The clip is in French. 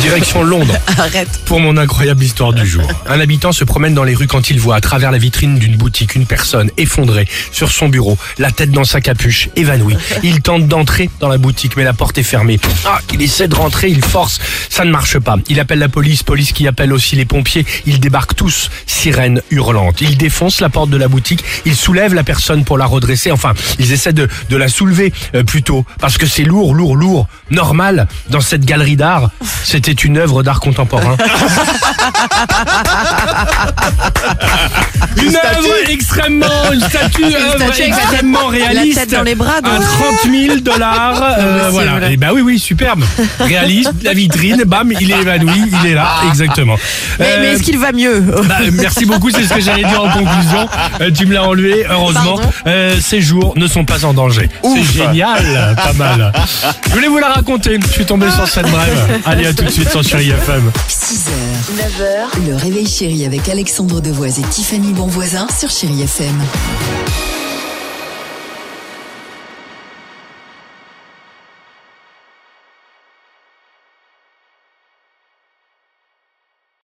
Direction Londres. Arrête. Pour mon incroyable histoire du jour. Un habitant se promène dans les rues quand il voit à travers la vitrine d'une boutique une personne effondrée sur son bureau, la tête dans sa capuche, évanouie. Il tente d'entrer dans la boutique mais la porte est fermée. Ah, il essaie de rentrer, il force, ça ne marche pas. Il appelle la police, police qui appelle aussi les pompiers. Ils débarquent tous, sirène hurlante. Ils défoncent la porte de la boutique, ils soulèvent la personne pour la redresser. Enfin, ils essaient de, de la soulever euh, plutôt parce que c'est lourd, lourd, lourd. Normal, dans cette galerie d'art, c'était une œuvre d'art contemporain. Une œuvre extrêmement, une statue, statue œuvre avec la tête- extrêmement la tête réaliste. dans les bras, donc. À 30 000 dollars. euh, voilà. Et bah oui, oui, superbe. Réaliste, la vitrine, bam, il est évanoui, il est là, exactement. Ah. Mais, Euh, Eh, mais est-ce qu'il va mieux bah, euh, merci beaucoup, c'est ce que j'allais dire en conclusion. Euh, tu me l'as enlevé, heureusement. Pardon Euh, ces jours ne sont pas en danger. C'est génial, pas mal. Je voulais vous la raconter, je suis tombé sur cette brève. Allez, à tout de suite sur Chérie FM. 6h, 9h, le réveil chéri avec Alexandre Devoise et Tiffany Bonvoisin sur Chérie FM.